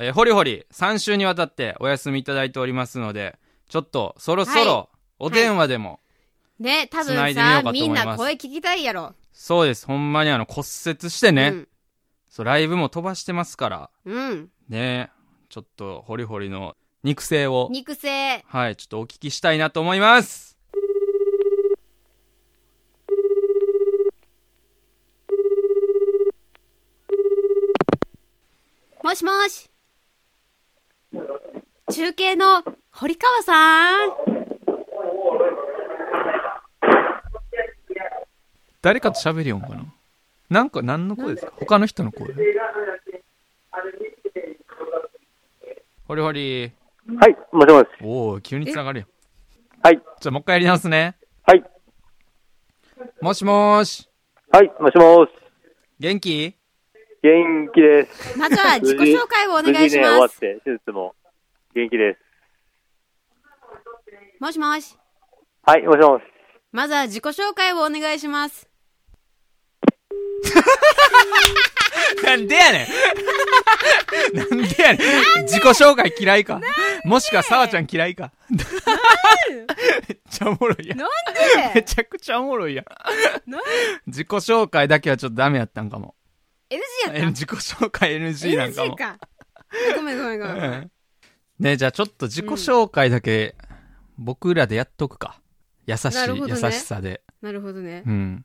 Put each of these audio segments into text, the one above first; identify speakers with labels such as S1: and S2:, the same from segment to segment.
S1: えーほりほり3週にわたってお休みいただいておりますので、ちょっとそろそ
S2: は
S1: ろお電話でも、
S2: ね、多
S1: 繋いでみよう
S2: 分さ
S1: かと、思
S2: み
S1: い
S2: ん
S1: ます
S2: な声聞きたいやろ。
S1: そうです、ほんまにあの骨折してね、
S2: うん。
S1: そうライブも飛ばしてますから、
S2: うん。
S1: ね、ちょっとホリホリの肉声を、
S2: 肉声。
S1: はい、ちょっとお聞きしたいなと思います。
S2: もしもし。中継の堀川さん。
S1: 誰かと喋りよんかななんか何の声ですか他の人の声ホリホリ
S3: はい、もしもし。
S1: おお急につながるよ
S3: はい、
S1: じゃあもう一回やり直すね
S3: はい、
S1: もしもーし
S3: はい、もしもし。
S1: 元気
S3: 元気です。
S2: まずは自己
S3: 無事
S2: 紹介をお願いし
S3: 無事ね、終わ
S2: ま
S3: っ
S2: す。
S3: て、手術も元気です。
S2: もしもし。
S3: はい、もしもし。
S2: まずは自己紹介をお願いします。
S1: なんでやねん なんでやねん自己紹介嫌いかもしくはさわちゃん嫌いかめっちゃおもろいやん
S2: なん
S1: め
S2: で
S1: ちゃくちゃおもろいやん
S2: なん
S1: 自己紹介だけはちょっとダメやったんかも
S2: ?NG やった
S1: 自己紹介 NG なんか
S2: ?NG
S1: も
S2: か。ごめんごめんごめん。
S1: ねじゃあちょっと自己紹介だけ、僕らでやっとくか。優しい、
S2: なるほど
S1: 優
S2: ね
S1: しさで。
S2: なるほどね
S1: う。ん。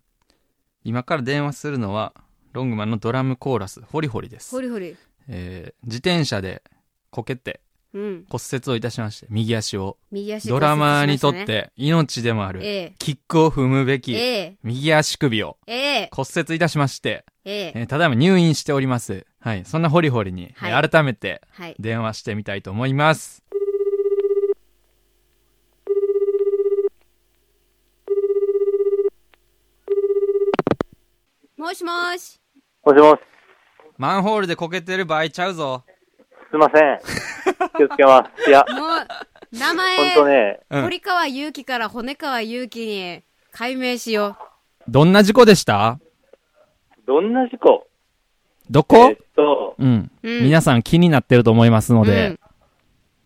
S1: 今から電話するのは、ロングマンのドラムコーラス、ホリホリです
S2: ほ。りほり。
S1: えー自転車でこけて
S2: うん。
S1: 骨折をいたしまして、右足を。
S2: 右足
S1: ドラマーにとっ
S2: 骨折しまして
S1: 命でもあ
S2: たね。
S1: る、
S2: え
S1: キックを踏むべ
S2: え。
S1: き、
S2: ええ。
S1: 右足首を
S2: ええ。
S1: 骨折いたしまして、
S2: ええ。
S1: えーただいま入院しております。はい。そんなホリホリに、
S2: はい
S1: えー改めて
S2: はい。
S1: 電話してみたいと思います。
S2: もしもし。
S3: もしもし。
S1: マンホールでこけてる場合ちゃうぞ。
S3: すいませ ん。気をつけます。いや、
S2: もう、名
S3: ほん
S2: 前、
S3: とね、
S1: うん
S2: 堀川祐希から骨川祐希に改名しよ
S1: どんな事故でした
S3: どんな事故
S1: ど
S3: え
S1: こ
S3: ーっ、と、
S1: うん、
S2: うん
S1: 皆さん気になってると思います
S2: う。
S1: ので。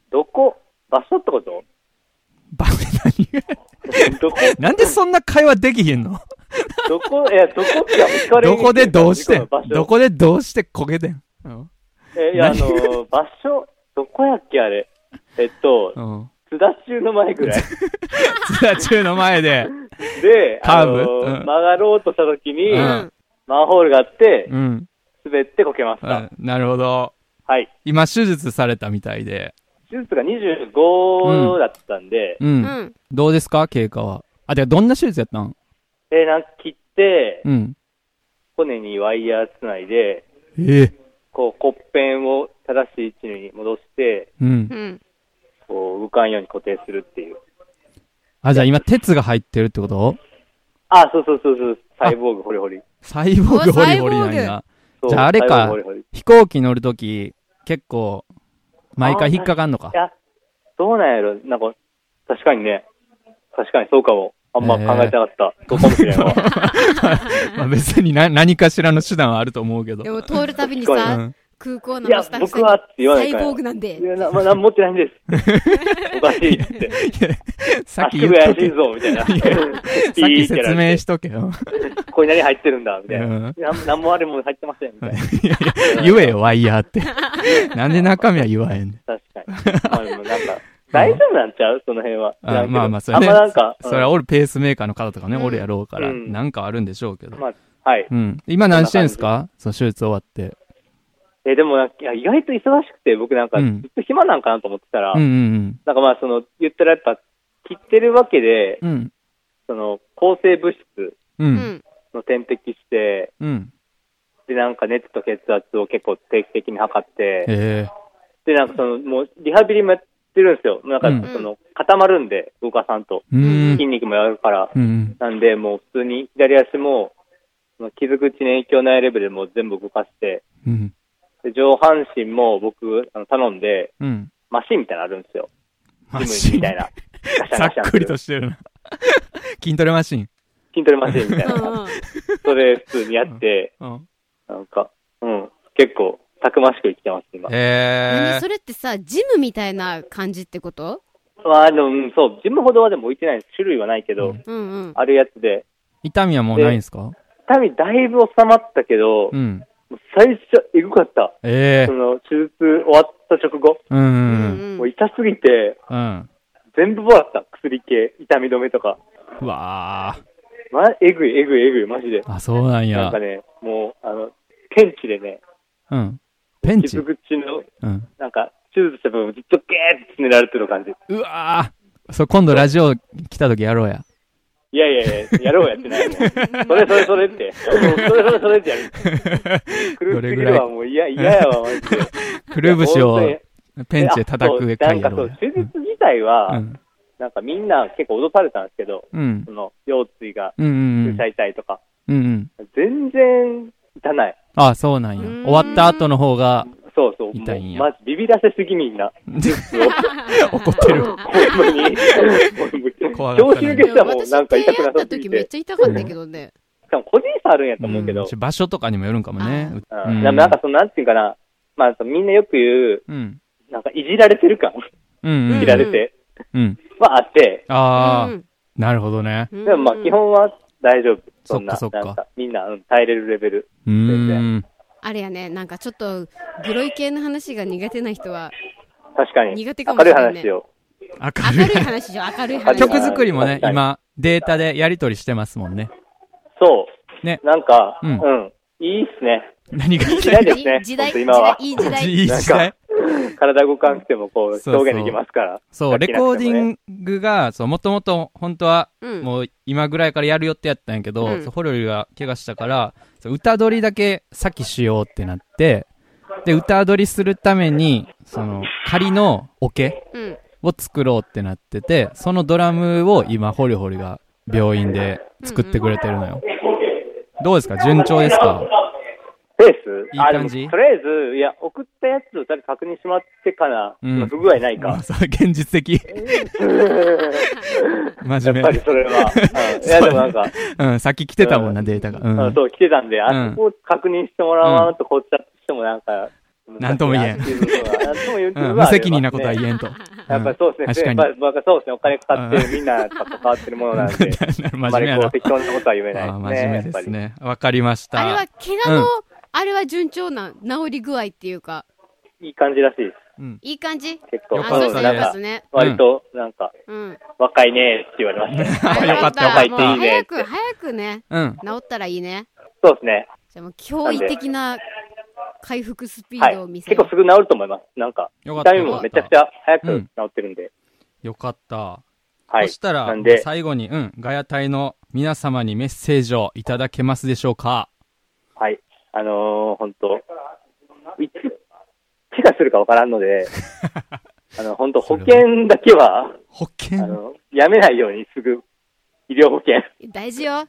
S3: どこ場所ってこと
S1: バカ何
S3: どこ、
S1: なんでそんな会話できへんの
S3: どこ、いや、どこってか聞かれ
S1: どこでどうしてん
S3: 場所
S1: どこでどうしてこけてんうん。
S3: えいや、あ
S1: 何
S3: の、場所、どこやっけあれ。えっと
S1: う、 ん。
S3: 津田中の 前ぐらい。
S1: ツアー中の前 で。
S3: で、
S1: カーブ
S3: あの
S1: うん
S3: 曲がろうとした時に、
S1: うん
S3: マンホールがあって、
S1: うん。
S3: 滑ってこけまし
S1: あ
S3: た。
S1: なるほど。
S3: はい。
S1: 今手術されたみたいで。
S3: 手術が25だったんで、
S1: う。
S2: うんん。
S1: どうですか経過は。あ、てかどんな手術やったん
S3: えーなんか切って、
S1: うん。
S3: 骨にワイヤーつないで、
S1: ええ
S3: こう、骨片を正しい位置に戻して、
S1: うん
S2: う。ん。
S3: こう、浮かんように固定するっていう。
S1: あ、じゃあ今鉄が入ってるってこと
S3: あ、そうそうそうそう、サイボーグホリホリ。
S1: サイボーグ
S2: お
S1: ホ
S2: サ
S1: リ
S2: イボ
S1: ホ
S2: ーグ
S1: リなんや。
S3: そう
S1: じゃああれ
S3: サイ
S1: か
S3: ボーグホリホリ。い
S1: 飛行機乗るとき、結構、毎回引っかかんのか。
S3: や、どうなんやろなんか、確かにね、確かにそうかも。あんま考えてなかった。そうかもしれんわ。
S1: まあ別にな何かしらの手段はあると思うけど。
S2: でも通るたびに
S3: 確
S1: う
S3: か
S2: さ、
S1: ん、
S2: 空港
S3: いや
S2: のスタッフさん
S3: 僕はって
S2: に、
S3: 言わ
S2: サ
S3: な
S2: イ
S3: いから
S2: ボーグなん
S3: い
S2: で。
S3: や、な、まあ、なんも持ってないんです。 おかしいって。
S1: さっき
S3: 足
S1: 言
S3: 首
S1: っ
S3: 怪
S1: と
S3: しい
S1: け。さ
S3: ぞ、みた いな。さ
S1: っき説明しとけよ。
S3: これ何入ってるんだみたいな。
S1: うん
S3: なんなんもあれも入ってません。みたいな。
S1: 言えよ、ワイヤーって。なんで中身は言わへんねん。
S3: 確かに。まあでもなんか、大丈夫なんちゃうその辺は。
S1: あまあまあ、そ
S3: れ、
S1: れ
S3: あ
S1: ね
S3: んまなんか。、
S1: それはおるペースメーカーの方とかね、
S2: うん
S1: おるやろうから、
S3: うん
S1: なんかあるんでしょうけど
S3: うん。まあ、はい。
S1: うん。今何してんすかその手術終わって。
S3: えでもなんか、いや意外と忙しくて、僕なんか、
S1: う
S3: ず
S1: ん
S3: っと暇なんかなと思ってたら、
S1: うんうん
S3: なんかまあ、その、言ったらやっぱ、切ってるわけで、
S1: うん。うん。
S3: その、抗生物質
S1: う。
S2: うんん。
S3: の点滴して、
S1: うん。
S3: で、なんか熱と血圧を結構定期的に測って、
S1: ええ。
S3: で、なんかその、もう、リハビリもやってるんですよ。も
S1: う
S3: うなん
S1: ん
S3: か、その、固まるんで、動かさんと。
S1: うーん。
S3: 筋肉もやるから。
S1: うん。
S3: なんで、もう普通に左足も、その傷口に影響ないレベルでもう全部動かして、
S1: うん。
S3: で上半身も僕、あの頼んで、
S1: うん。
S3: マシンみたいなのあるんですよ。
S1: マ
S3: ジム
S1: シ
S3: み
S1: ン
S3: た。いな。ガ
S1: さ
S3: シャンガシャン
S1: っくりとしてるな。 筋トレマシン。
S3: 筋トレマシンみたい
S2: うん
S3: な。
S2: うん
S3: それ普通にやって、
S1: うん。
S3: なんか、うん、結構たくましく生きてます、今。
S1: え
S2: 何それってさ、ジムみたいな感じってこと
S3: まあ、でも、うんそう、ジムほどはでも置いてないです種類はないけど、
S2: うんうん。
S3: あるやつで、
S1: ー、痛みはもうないんですか
S3: 痛みだいぶ収まったけど、
S1: うん。
S3: もう最初、えぐかった。
S1: ええ
S3: その、手術終わった直後、
S1: うん
S2: う
S1: うん。
S2: ん
S3: も
S2: う。
S3: うん 痛すぎて、
S1: うん。
S3: 全部もらった。薬系、痛み止めとか。
S1: うわ
S3: ま、えぐい、えぐい、えぐい、マジで。
S1: あ。あ、そうなん
S3: なん
S1: や
S3: か。ね、もう、あの、検知でね、
S1: うん。ペンチ
S3: 傷。口の、
S1: うん。
S3: なんか、手術した分ずっとゲーってつねられてる感じ。
S1: うわあ。そう、今度ラジオ来た時やろうや。
S3: いやいやいや、やろうやって ないもん。それそれそれって。それそれそれってやる。
S1: ど
S3: 狂って
S1: れ
S3: く
S1: ぐら
S3: る
S1: い
S3: わ、もう嫌、嫌やわ、マジで。
S1: くるぶしを
S3: いや
S1: ペンチで叩く回や
S3: なんかそ
S1: ろう
S3: う
S1: や、。
S3: 手術自体
S1: う
S3: は、
S1: ん。
S3: なんかみんな結構脅されたんですけど、
S1: うん。
S3: その、腰椎が、
S1: うん。うん。うん
S3: 痛い痛いとか。
S1: うんうん。
S3: 全然痛ない。
S1: ああ、そうなんや。
S2: うん
S1: 終わった後の方 が、
S3: そうそう。
S1: 痛いんや
S3: もうマジビビらせすぎみんな。
S1: 怒ってる。
S3: ほんまに。
S1: 怖がっ
S3: 調
S1: た
S3: 子
S1: ね
S3: 抜けしたらもう
S2: 私
S3: なんか痛
S2: 手や
S3: くなさ
S2: った
S3: すぎ。
S2: 時めってちゃ痛かったけどね。
S3: しかも個人差あるんやと思うけ
S1: う
S3: ど
S1: ん、ち場所とかにもよるんかもね。
S3: う
S1: うん
S3: ん、なんかその、なんていうかな、まあ、そのみんなよく言う、
S1: うん。
S3: なんかいじられてる感、
S1: うん
S2: う
S1: うんん。
S3: いじられて、
S1: うん。
S3: はあって、
S1: あ
S2: う
S1: あ
S2: ん、
S1: なるほどね。
S2: うん
S3: でもまあ基。本は大丈夫。そんな、
S1: そっかそっか
S3: なんかみんな、うん、耐えれるレベル。
S1: うーん。
S2: あれやね、なんかちょっと、グロい系の話が苦手な 人は、
S3: 確かに。
S2: 苦手かもしれないね
S3: 明るい話を。
S1: 明
S2: 明
S1: るい
S2: るい。話じゃん明るい
S3: あ
S2: 話。
S1: 曲作りもね
S3: 明る、い
S1: 今、データでやり取りしてますもんね。
S3: そう。
S1: ね
S3: なんか、
S1: う
S3: うんん、いいっすね。
S1: 何が言い
S3: 時
S1: たい
S3: 代ですね。
S2: 時代、
S3: ほんと今は。
S2: いい時代。
S1: いい時代。
S3: 体動かなくてもこう、
S1: そうそう
S3: 表現できますから。
S1: そう、レコーデ
S3: ング。
S1: ィングが、そう、もともと、本当は、
S2: うん
S1: もう今ぐらいからやる予定やったんやけど、
S2: うん
S1: そうホロリが怪我したから、そう歌取りだけ先しようってなって、で、歌取りするために、その、仮のオケ
S2: うん。
S1: を作ろうってなってて、そのドラムを今、ホリホリが病院で作ってくれてるのよ。どうですか順調ですか
S3: ペース
S1: いい感じ
S3: あでもとりあえず、いや、送ったやつを誰か確認しまってから、
S1: うん
S3: まあ不具合ない
S1: ま
S3: か
S1: あ。 そう現実 的。真
S3: や
S1: 面
S3: っぱり
S1: 目。
S3: それ は。うんいや、でもなんか、
S1: うん、さっき来てたもんな、データが。う
S3: うん
S1: ん。
S3: そう、来てたんで、
S1: うん
S3: あそこを確認してもらわんと、こっちだとしてもなんか、
S1: なんとも言えん
S3: 難しいなっていうのがなんとも言えんっていう
S1: う
S3: の
S1: ん、
S3: が
S1: 無
S3: あればね
S1: 責任なことは言えんと。
S3: やっぱりそうですね、
S1: うん確
S3: や
S1: か
S3: っ
S1: に。
S3: ぱやっぱそうですね、お金かかってる、みんな関わってるものなんで、あ
S1: 真
S3: んま
S1: 面目
S3: り
S1: や
S3: こう
S1: な。
S3: 適当なことは言えない
S1: あー
S3: です
S1: 真
S3: ね。
S1: 面目ですね。わかりました。
S2: あれは、怪我
S1: う
S2: の
S1: ん、
S2: あれは順調な、治り具合っていうか、
S3: やっぱりいい感じらしいです。
S1: うん。
S2: いい感じ
S3: 結
S1: よ
S3: 構、
S2: あ、
S1: かった
S2: そ
S1: で
S2: う
S1: す
S2: そう、
S1: ね
S2: よかったね。
S3: 割と、なんか、
S2: うん。
S3: 若いねって言われました。
S1: あよかった
S2: よ
S1: よかった
S2: もう
S3: いいね
S2: 早
S3: っ
S2: く、
S3: て
S2: 早くね、
S1: うん。
S2: 治ったらいいね。
S3: そうですね。
S2: じゃあもう驚異的な回復スピ
S3: は
S2: ー
S3: い
S2: ドを見。せ
S3: 結
S2: る
S3: 構すぐ治ると思います。なんか、
S1: よかった
S3: 痛みもめちゃくちゃ早
S1: う
S3: く
S1: ん
S3: 治ってるんで。
S1: よかった。
S3: はい。
S1: そしたら
S3: なんで、、
S1: 最後に、うん、ガヤ隊の皆様にメッセージをいただけますでしょうか
S3: はい。あのー、本当いつ、怪我するかわからんの で、あの、本当保険だけは、
S1: 保
S3: あ
S1: 険
S3: の、やめないようにすぐ、医療保険。
S2: 大事よ。
S3: 我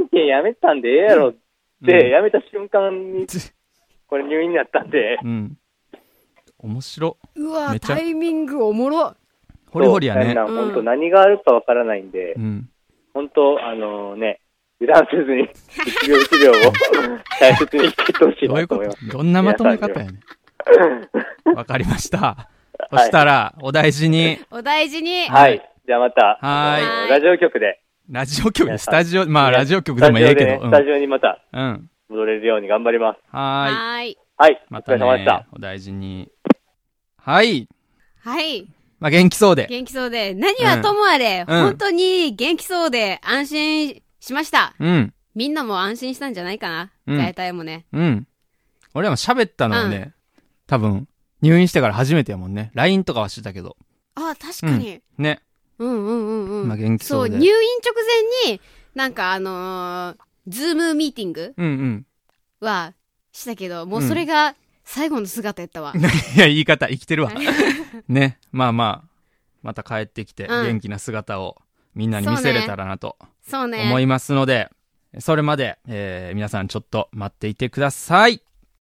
S3: 慢券やめたんでええやろって、
S1: うん
S3: やめた瞬間に
S1: つ、
S3: これ入院になったんで、
S1: うん。面白。
S2: う
S1: め
S2: わ、
S1: ちゃ
S2: タイミングおもろ。
S1: ホリホリやね。
S2: うん
S3: 本当何があるかわからないんで、
S1: うん。
S3: 本当あのね、油断せずに、一秒一秒を大切に生きてほしい
S1: どういう
S3: なと
S1: こ
S3: 思います。
S1: とどんなまとめ方やねん わかりました。そ
S3: はい
S1: したら、お大事に、
S2: お大事に。
S3: はい。じゃあまた、
S1: はーい
S3: あのラジオ局で、
S1: ラジオ局、
S3: 皆
S1: ス
S3: さん
S1: タジオ、まあ、ラジオ局でもええけど。う
S3: ス
S1: ん
S3: タジオでねスタジオにまた
S1: うん。
S3: 戻れるように頑張ります。
S1: はーい。
S2: はーい。
S3: はい。
S1: ま
S3: お
S1: た
S3: 疲れ様でした
S1: ね。。お大事に。はい。
S2: はい。
S1: まあ、元気そうで。
S2: 元気そうで、何はともあれ、
S1: うん
S2: 本当に元気そうで安心しました。
S1: うん。
S2: みんなも安心したんじゃないかな。
S1: うん
S2: 大体もね。
S1: うん。俺らも喋ったのはね、多分、入院してから初めてやもんね。LINE とかはしてたけど。
S2: ああ、確かに。
S1: ね。
S2: うん、うん、うんうん。
S1: まあ元気そうで
S2: 入院直前に、なんかあのーズームミーティング
S1: うんうん。
S2: はしたけど、もうそれが最後の姿やったわ。
S1: いや、言い方、生きてるわ。ね。まあまあ、また帰ってきて、
S2: うん
S1: 元気な姿をみんなに見せれたらなと
S2: そうね。
S1: 思いますので、それまで、えー皆さんちょっと待っていてください。